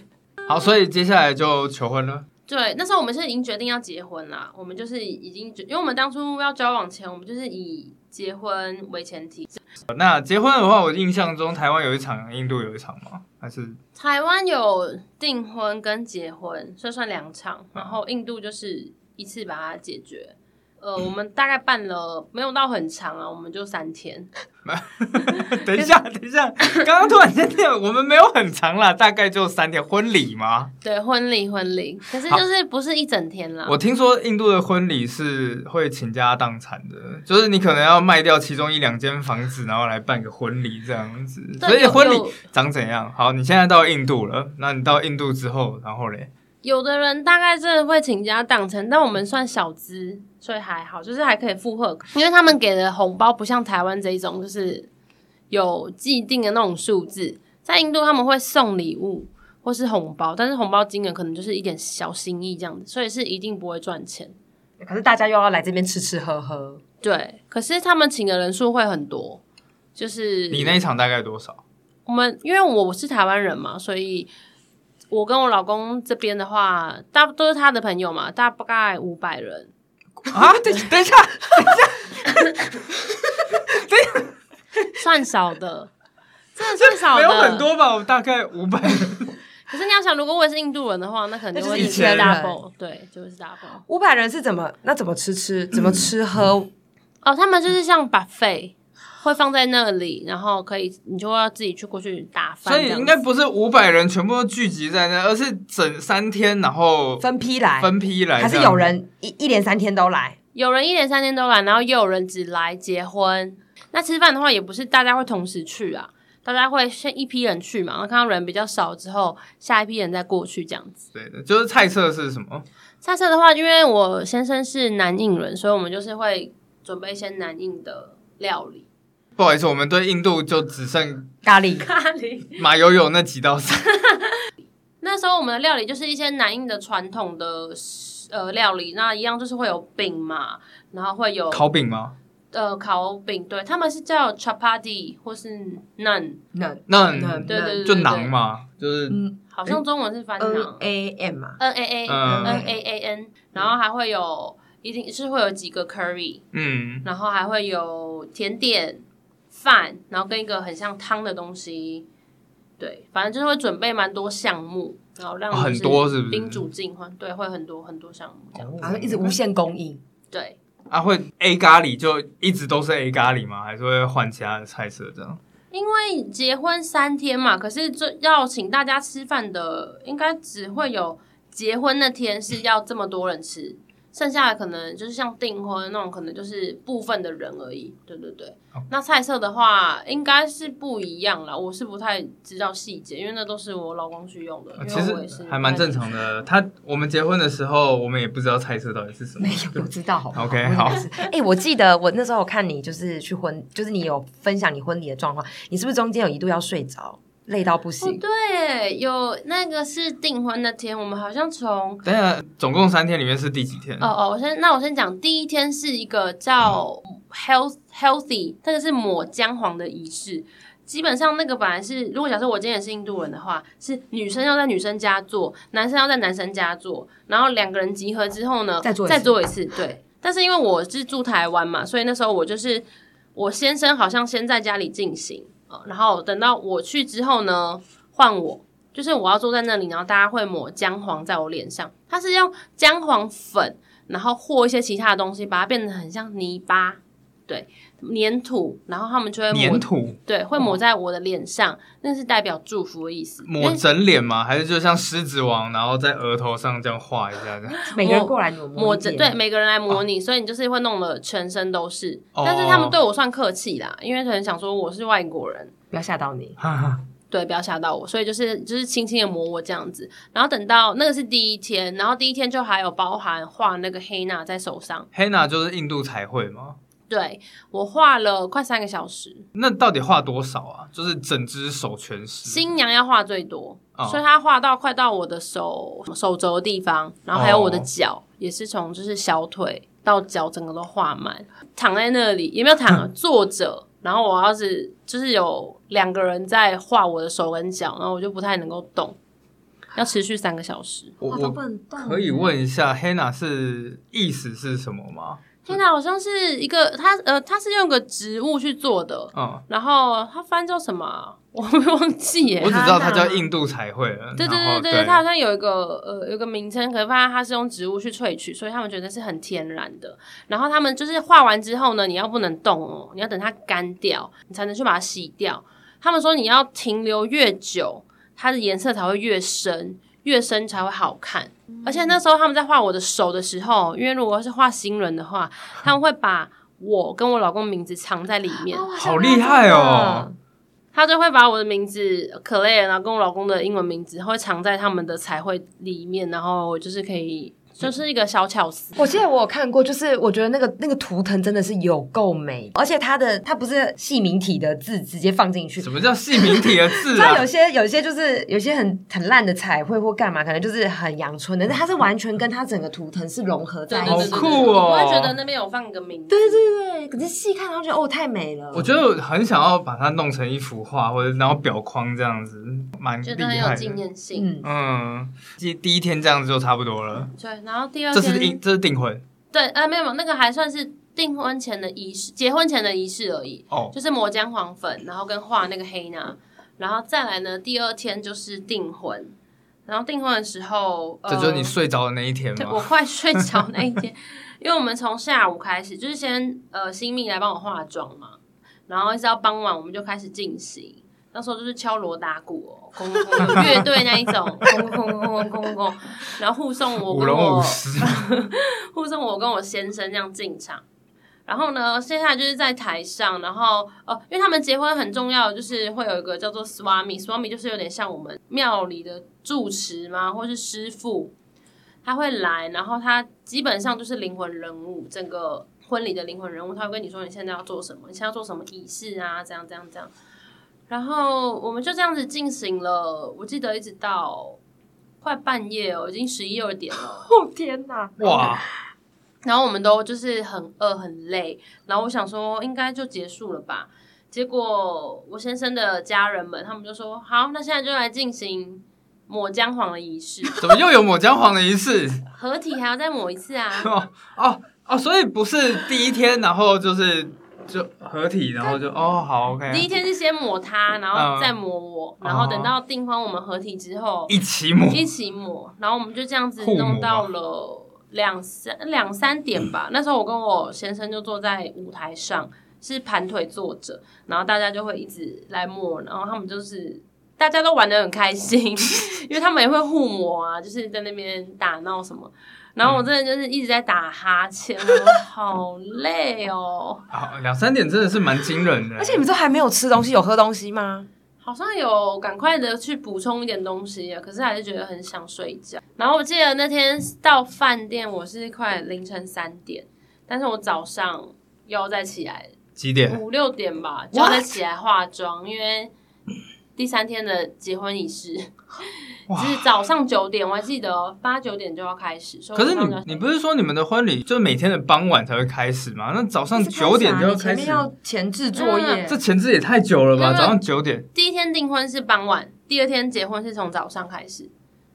Speaker 2: 好，所以接下来就求婚了。”
Speaker 1: 对，那时候我们是已经决定要结婚啦，我们就是已经决，因为我们当初要交往前，我们就是以结婚为前提。
Speaker 2: 那结婚的话，我印象中台湾有一场，印度有一场吗？还是 [laughs]
Speaker 1: 台湾有订婚跟结婚，所以算两场，然后印度就是一次把它解决。呃，我们大概办了没有到很长啊，我们就三天，
Speaker 2: 等一 [laughs] 下，等一下，刚刚突然间那个，我们没有很长啦，大概就三天婚礼吗？
Speaker 1: 对，婚礼婚礼，可是就是不是一整天啦。
Speaker 2: 我听说印度的婚礼是会倾家荡产的，就是你可能要卖掉其中一两间房子，然后来办个婚礼这样子。
Speaker 1: 对
Speaker 2: 所以
Speaker 1: 有
Speaker 2: 婚礼
Speaker 1: 有
Speaker 2: 长怎样？好，你现在到印度了，那你到印度之后，然后嘞，
Speaker 1: 有的人大概真的会倾家荡产，但我们算小资，所以还好，就是还可以负荷。因为他们给的红包不像台湾这一种，就是有既定的那种数字，在印度他们会送礼物或是红包，但是红包金额可能就是一点小心意这样子，所以是一定不会赚钱。
Speaker 3: 可是大家又要来这边吃吃喝喝，
Speaker 1: 对，可是他们请的人数会很多，就是
Speaker 2: 你那一场大概多少？
Speaker 1: 我们因为我是台湾人嘛，所以我跟我老公这边的话，大都是他的朋友嘛，大概五百人。
Speaker 2: [laughs] 啊，等等一下，
Speaker 1: 算少的，真的算少
Speaker 2: [laughs] 没
Speaker 1: 的，
Speaker 2: 有很。多吧？我大概五百。
Speaker 1: 可是你要想，如果我也是印度人的话，那可能就
Speaker 3: 那
Speaker 1: 会
Speaker 3: 就是
Speaker 2: 一千人
Speaker 1: double，对，就是 double。
Speaker 3: 五百人是怎么那怎么吃吃怎么吃喝？
Speaker 1: 哦，他们就是像 buffet 会放在那里，然后可以你就要自己去过去打饭
Speaker 2: 所
Speaker 1: 这
Speaker 2: 以
Speaker 1: 样子，
Speaker 2: 应该不是五百人全部都聚集在那，而是整三天，然后
Speaker 3: 分批来，
Speaker 2: 分批来这
Speaker 3: 还
Speaker 2: 样，
Speaker 3: 是有人一一连三天都来？
Speaker 1: 有人一连三天都来，然后又有人只来结婚。那吃饭的话，也不是大家会同时去啊，大家会先一批人去嘛，然后看到人比较少之后，下一批人再过去这样子。
Speaker 2: 对的，就是菜色是什么？
Speaker 1: 下次的话，因为我先生是南印人，所以我们就是会准备一些南印的料理。
Speaker 2: 不好意思，我们对印度就只剩
Speaker 3: 咖喱，
Speaker 1: 咖喱。
Speaker 2: 马友友那几道菜。
Speaker 1: 那时候我们的料理就是一些南印的传统的呃料理，那一样就是会有饼嘛，然后会有
Speaker 2: 烤饼吗？
Speaker 1: 呃烤饼，对，他们是叫 chapati 或是 naan，
Speaker 3: 那
Speaker 2: 那
Speaker 1: 对对对
Speaker 2: 就馕嘛，就是
Speaker 3: 嗯
Speaker 1: 好像中文是翻
Speaker 3: ，N
Speaker 1: 馕
Speaker 3: A M 啊嘛，
Speaker 1: ，n a a
Speaker 2: 嗯
Speaker 1: n a a n，然后还会有一定是会有几个 curry，
Speaker 2: 嗯，
Speaker 1: 然后还会有甜点、饭，然后跟一个很像汤的东西，对，反正就是会准备蛮多项目，然后让
Speaker 2: 哦很
Speaker 1: 就是
Speaker 2: 多是不是
Speaker 1: 宾主尽欢，对，会很多很多项目这样，
Speaker 3: 然后一直无限供 [laughs] 应。
Speaker 1: 对，
Speaker 2: 啊会 A 咖喱就一直都是 A 咖喱吗？还是会换其他的菜色这样？
Speaker 1: 因为结婚三天嘛，可是这要请大家吃饭的，应该只会有结婚那天是要这么多人吃。剩下的可能就是像订婚那种，可能就是部分的人而已。对对对，
Speaker 2: 哦
Speaker 1: 那菜色的话应该是不一样啦，我是不太知道细节，因为那都是我老公去用的。因为
Speaker 2: 哦其
Speaker 1: 我也是
Speaker 2: 实还蛮正常的。他我们结婚的时候，我们也不知道菜色到底是什么
Speaker 3: 没。哎有，我知道，好不好
Speaker 2: OK，好
Speaker 3: 我也是哎、我记得我那时候我看你就是去婚，就是你有分享你婚礼的状况，你是不是中间有一度要睡着，累到不
Speaker 1: 哦
Speaker 3: 行？，
Speaker 1: 对，有那个是订婚那天，我们好像从
Speaker 2: 等一下，总共三天里面是第几天？
Speaker 1: 哦哦，我先那我先讲，第一天是一个叫 health healthy，这个是抹姜黄的仪式。基本上那个本来是，如果假设我今天也是印度人的话，是女生要在女生家做，男生要在男生家做，然后两个人集合之后呢，
Speaker 3: 再做一次
Speaker 1: 再做一次，对。但是因为我是住台湾嘛，所以那时候我就是我先生好像先在家里进行，呃然后等到我去之后呢，换我，就是我要坐在那里，然后大家会抹姜黄在我脸上，它是用姜黄粉，然后和一些其他的东西，把它变得很像泥巴，对，粘土，然后他们就会抹
Speaker 2: 粘土哦
Speaker 1: 对，会抹在我的脸上，那是代表祝福的意思。因
Speaker 2: 抹
Speaker 1: 为
Speaker 2: 整脸吗？还是就像狮子王，然后在额头上这样画一下这样？
Speaker 3: 每个人过来你有
Speaker 1: 抹
Speaker 3: 摸
Speaker 1: 整
Speaker 3: 整
Speaker 1: 对，每个人来抹你，所以你就是会弄得全身都是。
Speaker 2: 哦
Speaker 1: 但是他们对我算客气啦，因为可能想说我是外国人，
Speaker 3: 不要吓到你。
Speaker 2: 哈哈
Speaker 1: 对，不要吓到我，所以就是就是轻轻的抹我这样子。然后等到那个是第一天，然后第一天就还有包含画那个黑娜在手上， [laughs]
Speaker 2: Henna 就是印度彩绘吗？
Speaker 1: 对我画了快三个小时，
Speaker 2: 那到底画多少啊？就是整只手全是。
Speaker 1: 新娘要画最多，
Speaker 2: 哦
Speaker 1: 所以她画到快到我的手手肘的地方，然后还有我的
Speaker 2: 哦
Speaker 1: 脚，也是从就是小腿到脚整个都画满，躺在那里也没有躺
Speaker 2: [laughs]
Speaker 1: 啊，坐着，然后我要是就是有两个人在画我的手跟脚，然后我就不太能够动，要持续三个小时。
Speaker 2: 我
Speaker 3: 哇，都不
Speaker 2: 我
Speaker 3: 能动。
Speaker 2: 可以
Speaker 1: 嗯
Speaker 2: 问一下，henna 是意思是什么吗？
Speaker 1: 天哪，好像是一个它呃，它是用个植物去做的，
Speaker 2: 嗯，
Speaker 1: 然后它翻叫什么啊、 [laughs] 我会忘记耶
Speaker 2: 我。只知道它
Speaker 3: henna
Speaker 2: 叫印度彩绘了。
Speaker 1: 对对
Speaker 2: 然后
Speaker 1: 对对对，它好像有一个呃有一个名称，可是发现它是用植物去萃取，所以他们觉得是很天然的。然后他们就是画完之后呢，你要不能动哦，你要等它干掉，你才能去把它洗掉。他们说你要停留越久，它的颜色才会越深，越深才会好看。
Speaker 2: 嗯
Speaker 1: 而且那时候他们在画我的手的时候，因为如果是画新人的话，他们会把我跟我老公名字藏在里面。
Speaker 3: 哦
Speaker 2: 好厉害哦！
Speaker 1: 他就会把我的名字 Claire，然后跟我老公的英文名字会藏在他们的彩绘里面，然后我就是可以，就是一个小巧思。
Speaker 3: 我记得我有看过，就是我觉得那个那个图腾真的是有够美，而且它的它不是细明体的字直接放进去，
Speaker 2: 什么叫细明体的字
Speaker 1: [laughs]
Speaker 3: 那
Speaker 2: 啊
Speaker 3: 有？些有些就是有些很很烂的彩绘或干嘛，可能就是很阳春的，但它是完全跟它整个图腾是融合
Speaker 1: 对
Speaker 3: 在一
Speaker 1: 对
Speaker 3: 起。
Speaker 1: 对对对
Speaker 2: 好酷哦
Speaker 1: 我会觉得那边有放个名字，
Speaker 3: 对对对，可是细看然后觉得哦太美了。
Speaker 2: 我觉得我很想要把它弄成一幅画，或者然后裱框这样子，蛮厉
Speaker 1: 觉得很有
Speaker 2: 害
Speaker 1: 纪
Speaker 2: 的。
Speaker 1: 念性。
Speaker 3: 嗯，
Speaker 2: 嗯，第第一天这样子就差不多了。
Speaker 1: 对，然后第二
Speaker 2: 这是
Speaker 1: 天
Speaker 2: 订，这是订婚
Speaker 1: 对，啊，没有，没有那个还算是订婚前的仪式，结婚前的仪式而已，
Speaker 2: 哦，
Speaker 1: 就是抹姜黄粉，然后跟画那个黑呢，然后再来呢，第二天就是订婚，然后订婚的时候，呃
Speaker 2: 这就是你睡着的那一天
Speaker 1: 对
Speaker 2: 吗？
Speaker 1: 我快睡着那一天，因为我们从下午开始，就是先呃新密来帮我化妆嘛，然后一直到傍晚我们就开始进行。那时候就是敲锣打鼓哦，空空空乐队那一种，空空空空空空空，然后护送我
Speaker 2: 舞
Speaker 1: 跟
Speaker 2: 龙
Speaker 1: 我
Speaker 2: 舞狮，
Speaker 1: [laughs] 护送我跟我先生这样进场。然后呢，接下来就是在台上，然后哦，因为他们结婚很重要，就是会有一个叫做 swami，swami 就是有点像我们庙里的住持嘛，或是师傅，他会来，然后他基本上就是灵魂人物，整个婚礼的灵魂人物，他会跟你说你现在要做什么，你现在要做什么仪式啊，这样这样这样。然后我们就这样子进行了，我记得一直到快半夜哦，已经十一二点了。
Speaker 3: 哦天哪，
Speaker 2: 哇！
Speaker 1: 然后我们都就是很饿很累，然后我想说应该就结束了吧。结果我先生的家人们他们就说好，那现在就来进行抹姜黄的仪式， [laughs]
Speaker 2: 怎么又有抹姜黄的仪式？。
Speaker 1: 合体还要再抹一次啊
Speaker 2: 哦哦哦，所以不是第一天，然后就是就合体，然后就哦好
Speaker 1: 第一
Speaker 2: OK，
Speaker 1: 天是先抹他，然后再抹我，
Speaker 2: 嗯
Speaker 1: 然后等到订婚我们合体之后
Speaker 2: 一起抹，
Speaker 1: 一起抹，然后我们就这样子
Speaker 2: 互抹
Speaker 1: 弄到了两三两三点
Speaker 2: [clears throat]
Speaker 1: 吧。那时候我跟我先生就坐在舞台上，是盘腿坐着，然后大家就会一直来抹，然后他们就是大家都玩的很开
Speaker 2: [laughs]
Speaker 1: 心，因为他们也会互抹啊，就是在那边打闹什么。然后我真的就是一直在打哈欠，我说好累哦，
Speaker 2: 好两三点真的是蛮惊人的，
Speaker 3: 而且你们都还没有吃东西，有喝东西吗？
Speaker 1: 好像有赶快的去补充一点东西啊，可是还是觉得很想睡觉。然后我记得那天到饭店，我是快凌晨三点，但是我早上又再起来
Speaker 2: 几点？
Speaker 1: 五六点吧，就要再起来化妆，因为第三天的结婚仪式
Speaker 2: 哇
Speaker 1: 就是早上九点，我还记得哦八九点就要开始。所以
Speaker 2: 可是
Speaker 1: 我早上就要
Speaker 2: 你你不是说你们的婚礼就是每天的傍晚才会开始吗？那早上九
Speaker 1: 啊
Speaker 2: 点就
Speaker 3: 你
Speaker 2: 要
Speaker 3: 前
Speaker 2: 开
Speaker 3: 面
Speaker 2: 始，
Speaker 3: 要前置作业，
Speaker 2: 这前置也太久了吧？
Speaker 1: 没有
Speaker 2: 早上九点
Speaker 1: 第一天订婚是傍晚，第二天结婚是从早上开始。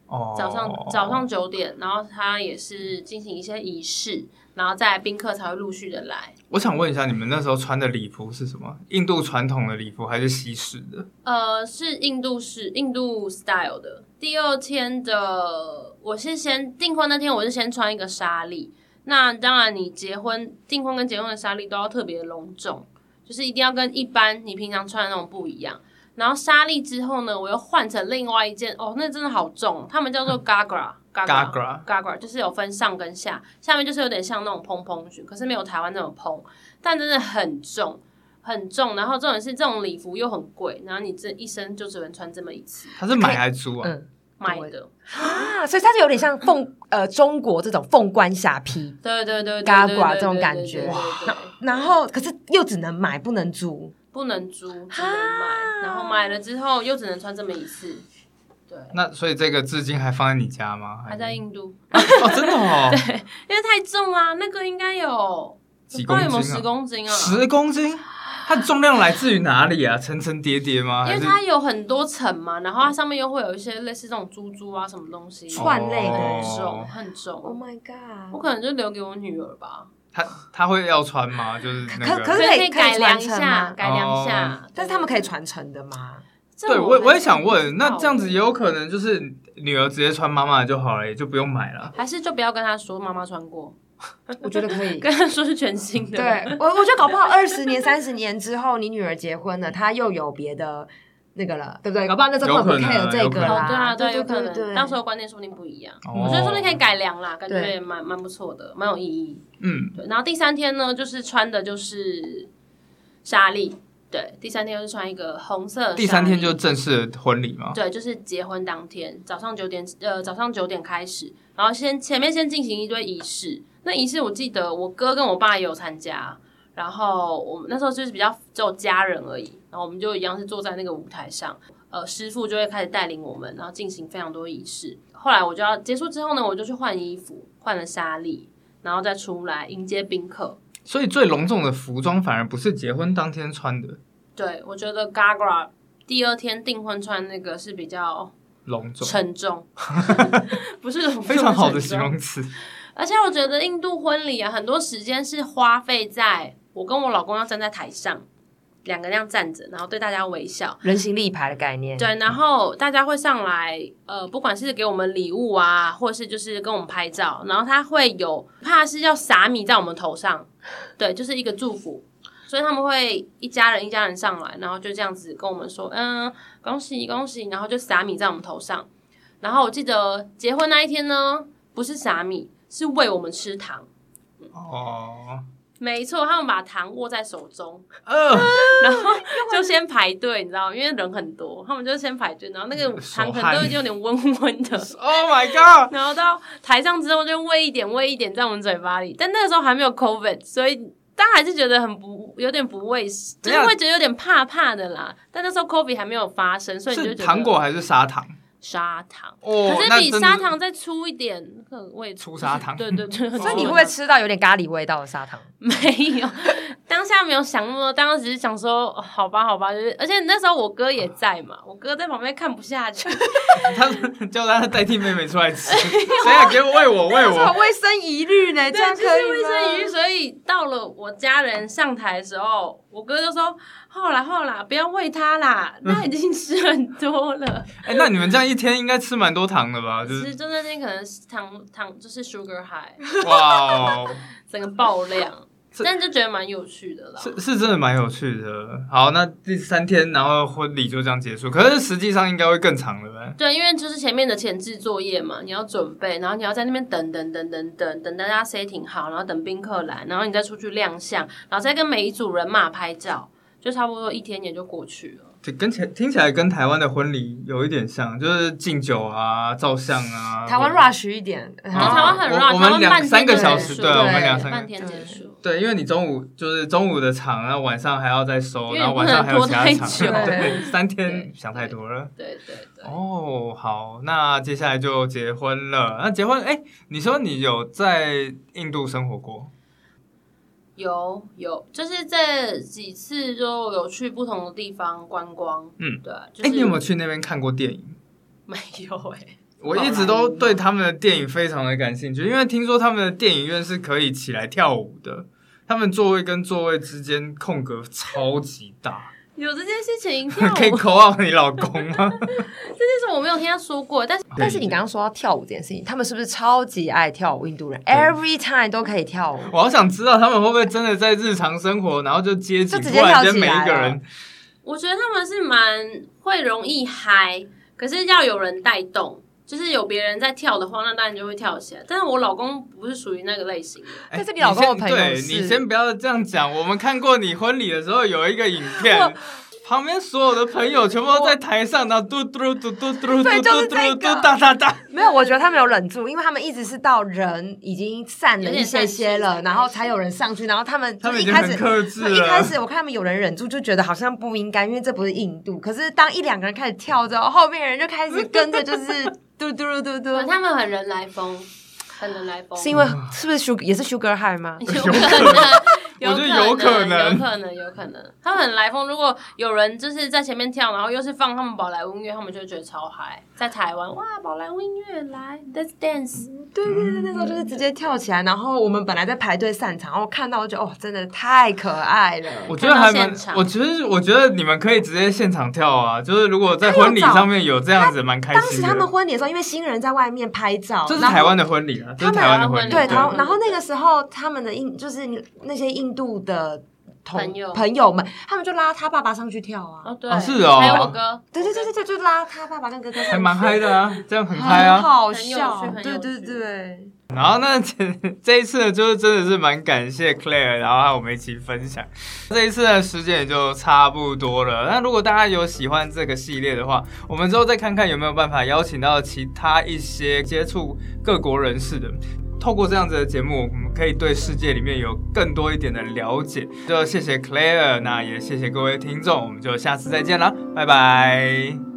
Speaker 2: 哦，
Speaker 1: 早上早上九点，然后他也是进行一些仪式，然后再来宾客才会陆续的来。
Speaker 2: 我想问一下，你们那时候穿的礼服是什么？印度传统的礼服还是西式的？
Speaker 1: 呃，是印度式印度 style 的。第二天的我是先订婚那天，我是先穿一个纱丽。那当然，你结婚订婚跟结婚的纱丽都要特别隆重，就是一定要跟一般你平常穿的那种不一样。然后纱丽之后呢，我又换成另外一件，哦，那真的好重，他们叫
Speaker 3: [laughs]
Speaker 1: 做 gagra。
Speaker 2: Gagra
Speaker 1: Gagra 就是有分上跟下，下面就是有点像那种蓬蓬裙，可是没有台湾那种蓬，但真的很重，很重。然后重点是这种礼服又很贵，然后你这一生就只能穿这么一次
Speaker 2: 他是买还租啊？
Speaker 3: 嗯
Speaker 1: 买的。
Speaker 3: 啊，所以它就有点像凤呃中国这种凤冠霞帔，
Speaker 1: 对对对对
Speaker 3: Gagra
Speaker 1: 对对对对
Speaker 3: 这种感觉
Speaker 1: 对对对对
Speaker 3: 然后可是又只能买不能租，
Speaker 1: 不能租，只能买，然后买了之后又只能穿这么一次。对，
Speaker 2: 那所以这个至今还放在你家吗？
Speaker 1: 还在印度，
Speaker 2: 哦，真的哦，
Speaker 1: 因为太重啦、那个应该有
Speaker 2: 几
Speaker 1: 不
Speaker 2: 公
Speaker 1: 知道有没有
Speaker 2: 斤
Speaker 1: 十
Speaker 2: 啊？
Speaker 1: 公斤啊？
Speaker 2: 十公斤？它的重量来自于哪里啊？层层叠叠吗？
Speaker 1: 因
Speaker 2: 还
Speaker 1: 为
Speaker 2: 是
Speaker 1: 它有很多层嘛，然后它上面又会有一些类似这种珠珠啊什么东西，
Speaker 3: 串类的
Speaker 1: 很
Speaker 2: 哦
Speaker 1: 重，很
Speaker 3: Oh
Speaker 1: 重。
Speaker 3: my
Speaker 1: 我
Speaker 3: god！
Speaker 1: 可能就留给我女儿吧，
Speaker 2: 它它会要穿吗？就是那
Speaker 3: 可
Speaker 2: 个。
Speaker 3: 可是
Speaker 1: 以
Speaker 3: 可以
Speaker 1: 改良一
Speaker 3: 传承
Speaker 1: 下
Speaker 3: 嘛，
Speaker 1: 改良一下。
Speaker 3: 但是他们可以传承的吗？
Speaker 1: 这
Speaker 2: 哦对，我
Speaker 1: 我
Speaker 2: 也我也想问，
Speaker 1: 不知道
Speaker 2: 那这样子也有可能就是女儿直接穿妈妈的就好了，也就不用买了。
Speaker 1: 还是就不要跟她说妈妈穿过，
Speaker 3: [laughs] 我觉得可以。
Speaker 1: 跟她说是全新的。
Speaker 3: 对我，我觉得搞不好二十年、三十年之后，你女儿结婚了，她又有别的那个了，对不对？搞不好那时候
Speaker 2: 有可
Speaker 3: 更
Speaker 2: 能
Speaker 3: care 这
Speaker 2: 有可
Speaker 3: 个
Speaker 2: 能
Speaker 1: 哦，
Speaker 3: 啦。
Speaker 1: 对啊，
Speaker 3: 对
Speaker 1: 有可
Speaker 3: 对对
Speaker 1: 能，到时候观念说不定不一样。
Speaker 2: 哦
Speaker 1: 所以说你可以改良啦，感觉
Speaker 3: 对
Speaker 1: 也蛮蛮不错的，蛮有意义。
Speaker 2: 嗯，
Speaker 1: 对，然后第三天呢，就是穿的就是纱丽，对，第三天就是穿一个红色的纱丽。
Speaker 2: 第三天就正式的婚礼嘛。
Speaker 1: 对，就是结婚当天早上九点，呃，早上九点开始，然后先前面先进行一堆仪式。那仪式我记得我哥跟我爸也有参加，然后我们那时候就是比较只有家人而已，然后我们就一样是坐在那个舞台上，呃，师傅就会开始带领我们，然后进行非常多仪式。后来我就要结束之后呢，我就去换衣服，换了纱丽，然后再出来迎接宾客。
Speaker 2: 所以最隆重的服装反而不是结婚当天穿的
Speaker 1: 对我觉得 Gaga 第二天订婚穿那个是比较
Speaker 2: 隆重，
Speaker 1: 沉
Speaker 2: [laughs]
Speaker 1: 重，不是
Speaker 2: 非常好的
Speaker 1: 形
Speaker 2: 形
Speaker 1: 容。
Speaker 2: 容词。
Speaker 1: 而且我觉得印度婚礼啊，很多时间是花费在我跟我老公要站在台上，两个那样站着，然后对大家微笑。
Speaker 3: 人形立牌的概念，
Speaker 1: 对，然后大家会上来，呃，不管是给我们礼物啊，或是就是跟我们拍照，然后他会有怕是要撒米在我们头上，对，就是一个祝福，所以他们会一家人一家人上来，然后就这样子跟我们说，嗯，恭喜恭喜，然后就撒米在我们头上。然后我记得结婚那一天呢，不是撒米，是喂我们吃糖。
Speaker 2: 哦，
Speaker 1: 没错，他们把糖握在手中，
Speaker 2: 呃，
Speaker 1: [laughs] 然后就先排队，你知道吗？因为人很多，他们就先排队，然后那个糖可能都已经有点温温的，
Speaker 2: Oh my god！
Speaker 1: 然后到台上之后就喂一点喂一点在我们嘴巴里，但那个时候还没有 COVID，所以。大家还是觉得很不有点不卫生，就
Speaker 2: 等一
Speaker 1: 是
Speaker 2: 下
Speaker 1: 会觉得有点怕怕的啦。但那时候 COVID 还没有发生，所以你就是觉得
Speaker 2: 糖果还是砂糖？
Speaker 1: 砂糖，
Speaker 2: 哦，
Speaker 1: 可是
Speaker 2: 那
Speaker 1: 比
Speaker 2: 真的
Speaker 1: 砂糖再粗一点，那个味
Speaker 2: 粗砂糖
Speaker 1: 对对对，
Speaker 3: 所以你
Speaker 1: 很粗
Speaker 3: 会不
Speaker 1: 的
Speaker 3: 会吃到有点咖喱味道的砂糖？
Speaker 1: 没有，当下没有想那么多，当时只是想说，哦好吧，好吧，就是，而且那时候我哥也在嘛，我哥在旁边看不下去，
Speaker 2: 他叫他代替妹妹出来
Speaker 1: [laughs]
Speaker 2: 吃，谁还给我喂我
Speaker 1: 哎
Speaker 2: 喂
Speaker 3: 这是
Speaker 2: 我？
Speaker 3: 卫生疑虑呢，这样可
Speaker 1: 就是
Speaker 3: 以吗
Speaker 1: 卫生疑虑，所以到了我家人上台的时候，我哥就说，后啦后啦，不要喂他啦，他已经吃很多了，
Speaker 2: 哎、那你们这样一天应该吃蛮多糖的吧？就
Speaker 1: 其
Speaker 2: 是
Speaker 1: 实就那天可能是糖糖就是 sugar high，
Speaker 2: 哇哦，
Speaker 1: 整个爆量，
Speaker 2: 这
Speaker 1: 但就觉得蛮有趣的啦。
Speaker 2: 是是真的蛮有趣的。好，那第三天，然后婚礼就这样结束。可是实际上应该会更长的呗。
Speaker 1: 对，因为就是前面的前置作业嘛，你要准备，然后你要在那边等等等等等等大家 setting 好，然后等宾客来，然后你再出去亮相，然后再跟每一组人马拍照，就差不多一天也就过去了。
Speaker 2: 这跟前听起来跟台湾的婚礼有一点像，就是敬酒啊、照相啊。
Speaker 3: 台湾 rush 一点，
Speaker 2: 啊
Speaker 1: 然后台湾很
Speaker 2: 我
Speaker 1: rush，台
Speaker 2: 我们
Speaker 1: 湾
Speaker 2: 两
Speaker 1: 半
Speaker 2: 三
Speaker 1: 天
Speaker 2: 个
Speaker 1: 就
Speaker 2: 小
Speaker 1: 结
Speaker 2: 时，
Speaker 1: 束
Speaker 2: 对，我们两
Speaker 3: 对
Speaker 2: 三
Speaker 1: 半
Speaker 2: 个。
Speaker 1: 天结
Speaker 3: 对
Speaker 1: 束。
Speaker 2: 对，因为你中午就是中午的场，然后晚上还要再收，
Speaker 1: 因为
Speaker 2: 然后晚上还有其他
Speaker 1: 也不能拖，
Speaker 2: 场
Speaker 3: 太久
Speaker 2: 对，三天
Speaker 1: 对
Speaker 2: 想太多了。
Speaker 1: 对对对，
Speaker 2: 哦，好，那接下来就结婚了。那结婚，哎、你说你有在印度生活过？
Speaker 1: 有有，就是这几次就有去不同的地方观光。
Speaker 2: 嗯，
Speaker 1: 对啊，就
Speaker 2: 哎、
Speaker 1: 是、
Speaker 2: 你有没有去那边看过电影？
Speaker 1: 没有哎、
Speaker 2: 我一直都对他们的电影非常的感兴趣，因为听说他们的电影院是可以起来跳舞的，他们座位跟座位之间空格超级大，
Speaker 1: 有这件事
Speaker 2: [laughs]
Speaker 1: 情，跳舞
Speaker 2: 可以
Speaker 1: 这件
Speaker 2: 扣到你老公吗？
Speaker 1: 事我没有听他说过，但是
Speaker 3: [laughs] 但是你刚刚说到跳舞这件事情，他们是不是超级爱跳舞？印度人 every time 都可以跳舞，
Speaker 2: 我好想知道他们会不会真的在日常生活，然后就街景
Speaker 3: 就
Speaker 2: 突
Speaker 3: 直接跳
Speaker 2: 然
Speaker 3: 起来
Speaker 2: 间每一个人，
Speaker 1: 我觉得他们是蛮会容易嗨，可是要有人带动，就是有别人在跳的话，那当然就会跳起来。但是我老公不是属于那个类型的，
Speaker 2: 哎
Speaker 3: 但是你老公的
Speaker 2: 先
Speaker 3: 朋友
Speaker 2: 对
Speaker 3: 是
Speaker 2: 你先不要这样讲。我们看过你婚礼的时候有一个影片
Speaker 3: 我，
Speaker 2: 旁边所有的朋友全部都在台上，然后嘟嘟嘟嘟嘟嘟嘟
Speaker 3: 对就是
Speaker 2: 嘟
Speaker 3: 这
Speaker 2: 嘟
Speaker 3: 个
Speaker 2: 哒哒哒。
Speaker 3: [laughs] 没有，我觉得他们有忍住，因为他们一直是到人已经散了一些些了，然后才有人上去，然后他们
Speaker 2: 他们已
Speaker 3: 一
Speaker 2: 经
Speaker 3: 开
Speaker 2: 很
Speaker 3: 始。
Speaker 2: 克制
Speaker 3: 一开
Speaker 2: 了。
Speaker 3: 始我看他们有人忍住，就觉得好像不应该，因为这不是印度。可是当一两个人开始跳之后，后面的人就开始跟着，就是嘟嘟嘟
Speaker 1: 可
Speaker 3: 嘟
Speaker 1: 能
Speaker 3: 嘟，
Speaker 1: 他们很人来疯，很人来疯，
Speaker 3: 是因为是不是 sugar 也是 sugar high 吗？
Speaker 1: 有可能
Speaker 2: 我觉得有
Speaker 1: 可
Speaker 2: 能
Speaker 1: 有可能，有可能。他们很来风，如果有人就是在前面跳，然后又是放他们宝莱坞音乐，他们就会觉得超嗨。在台湾，哇，宝莱坞音乐来，Let's dance。
Speaker 3: 对对对，那时候就是直接跳起来，然后我们本来在排队散场，然后看到就哦，真的太可爱了。
Speaker 2: 我觉得还
Speaker 1: 看到
Speaker 2: 蛮
Speaker 1: 现，场
Speaker 2: 我其实我觉得你们可以直接现场跳啊，就是如果在婚礼上面有这样子，蛮开
Speaker 3: 当时
Speaker 2: 心
Speaker 3: 他们
Speaker 2: 的。
Speaker 3: 婚礼的时候，因为新人在外面拍照，
Speaker 2: 这是
Speaker 3: 然后
Speaker 2: 台湾的婚礼啊，这是台湾的婚礼。
Speaker 3: 对，
Speaker 1: 对
Speaker 3: 然后
Speaker 1: 对
Speaker 3: 然后那个时候他们的印就是那些印度的同
Speaker 1: 朋友
Speaker 3: 朋友们，他们就拉他爸爸上去跳啊，
Speaker 1: 哦，对，
Speaker 2: 哦是哦
Speaker 1: 还有我哥，
Speaker 3: 对对对对对，就拉他爸爸跟哥哥上
Speaker 2: 还
Speaker 3: 去，
Speaker 2: 蛮嗨的啊，这样很嗨
Speaker 3: [laughs] 很
Speaker 2: 啊。
Speaker 3: 好
Speaker 1: 很有趣
Speaker 3: 笑
Speaker 1: 很，有
Speaker 3: 对对
Speaker 1: 趣
Speaker 3: 对，
Speaker 2: 然后那这一次呢，就是真的是蛮感谢 Claire，然后和我们一起分享。这一次的时间也就差不多了。那如果大家有喜欢这个系列的话，我们之后再看看有没有办法邀请到其他一些接触各国人士的。透过这样子的节目，我们可以对世界里面有更多一点的了解。就谢谢 Claire，那也谢谢各位听众，我们就下次再见啦，拜拜。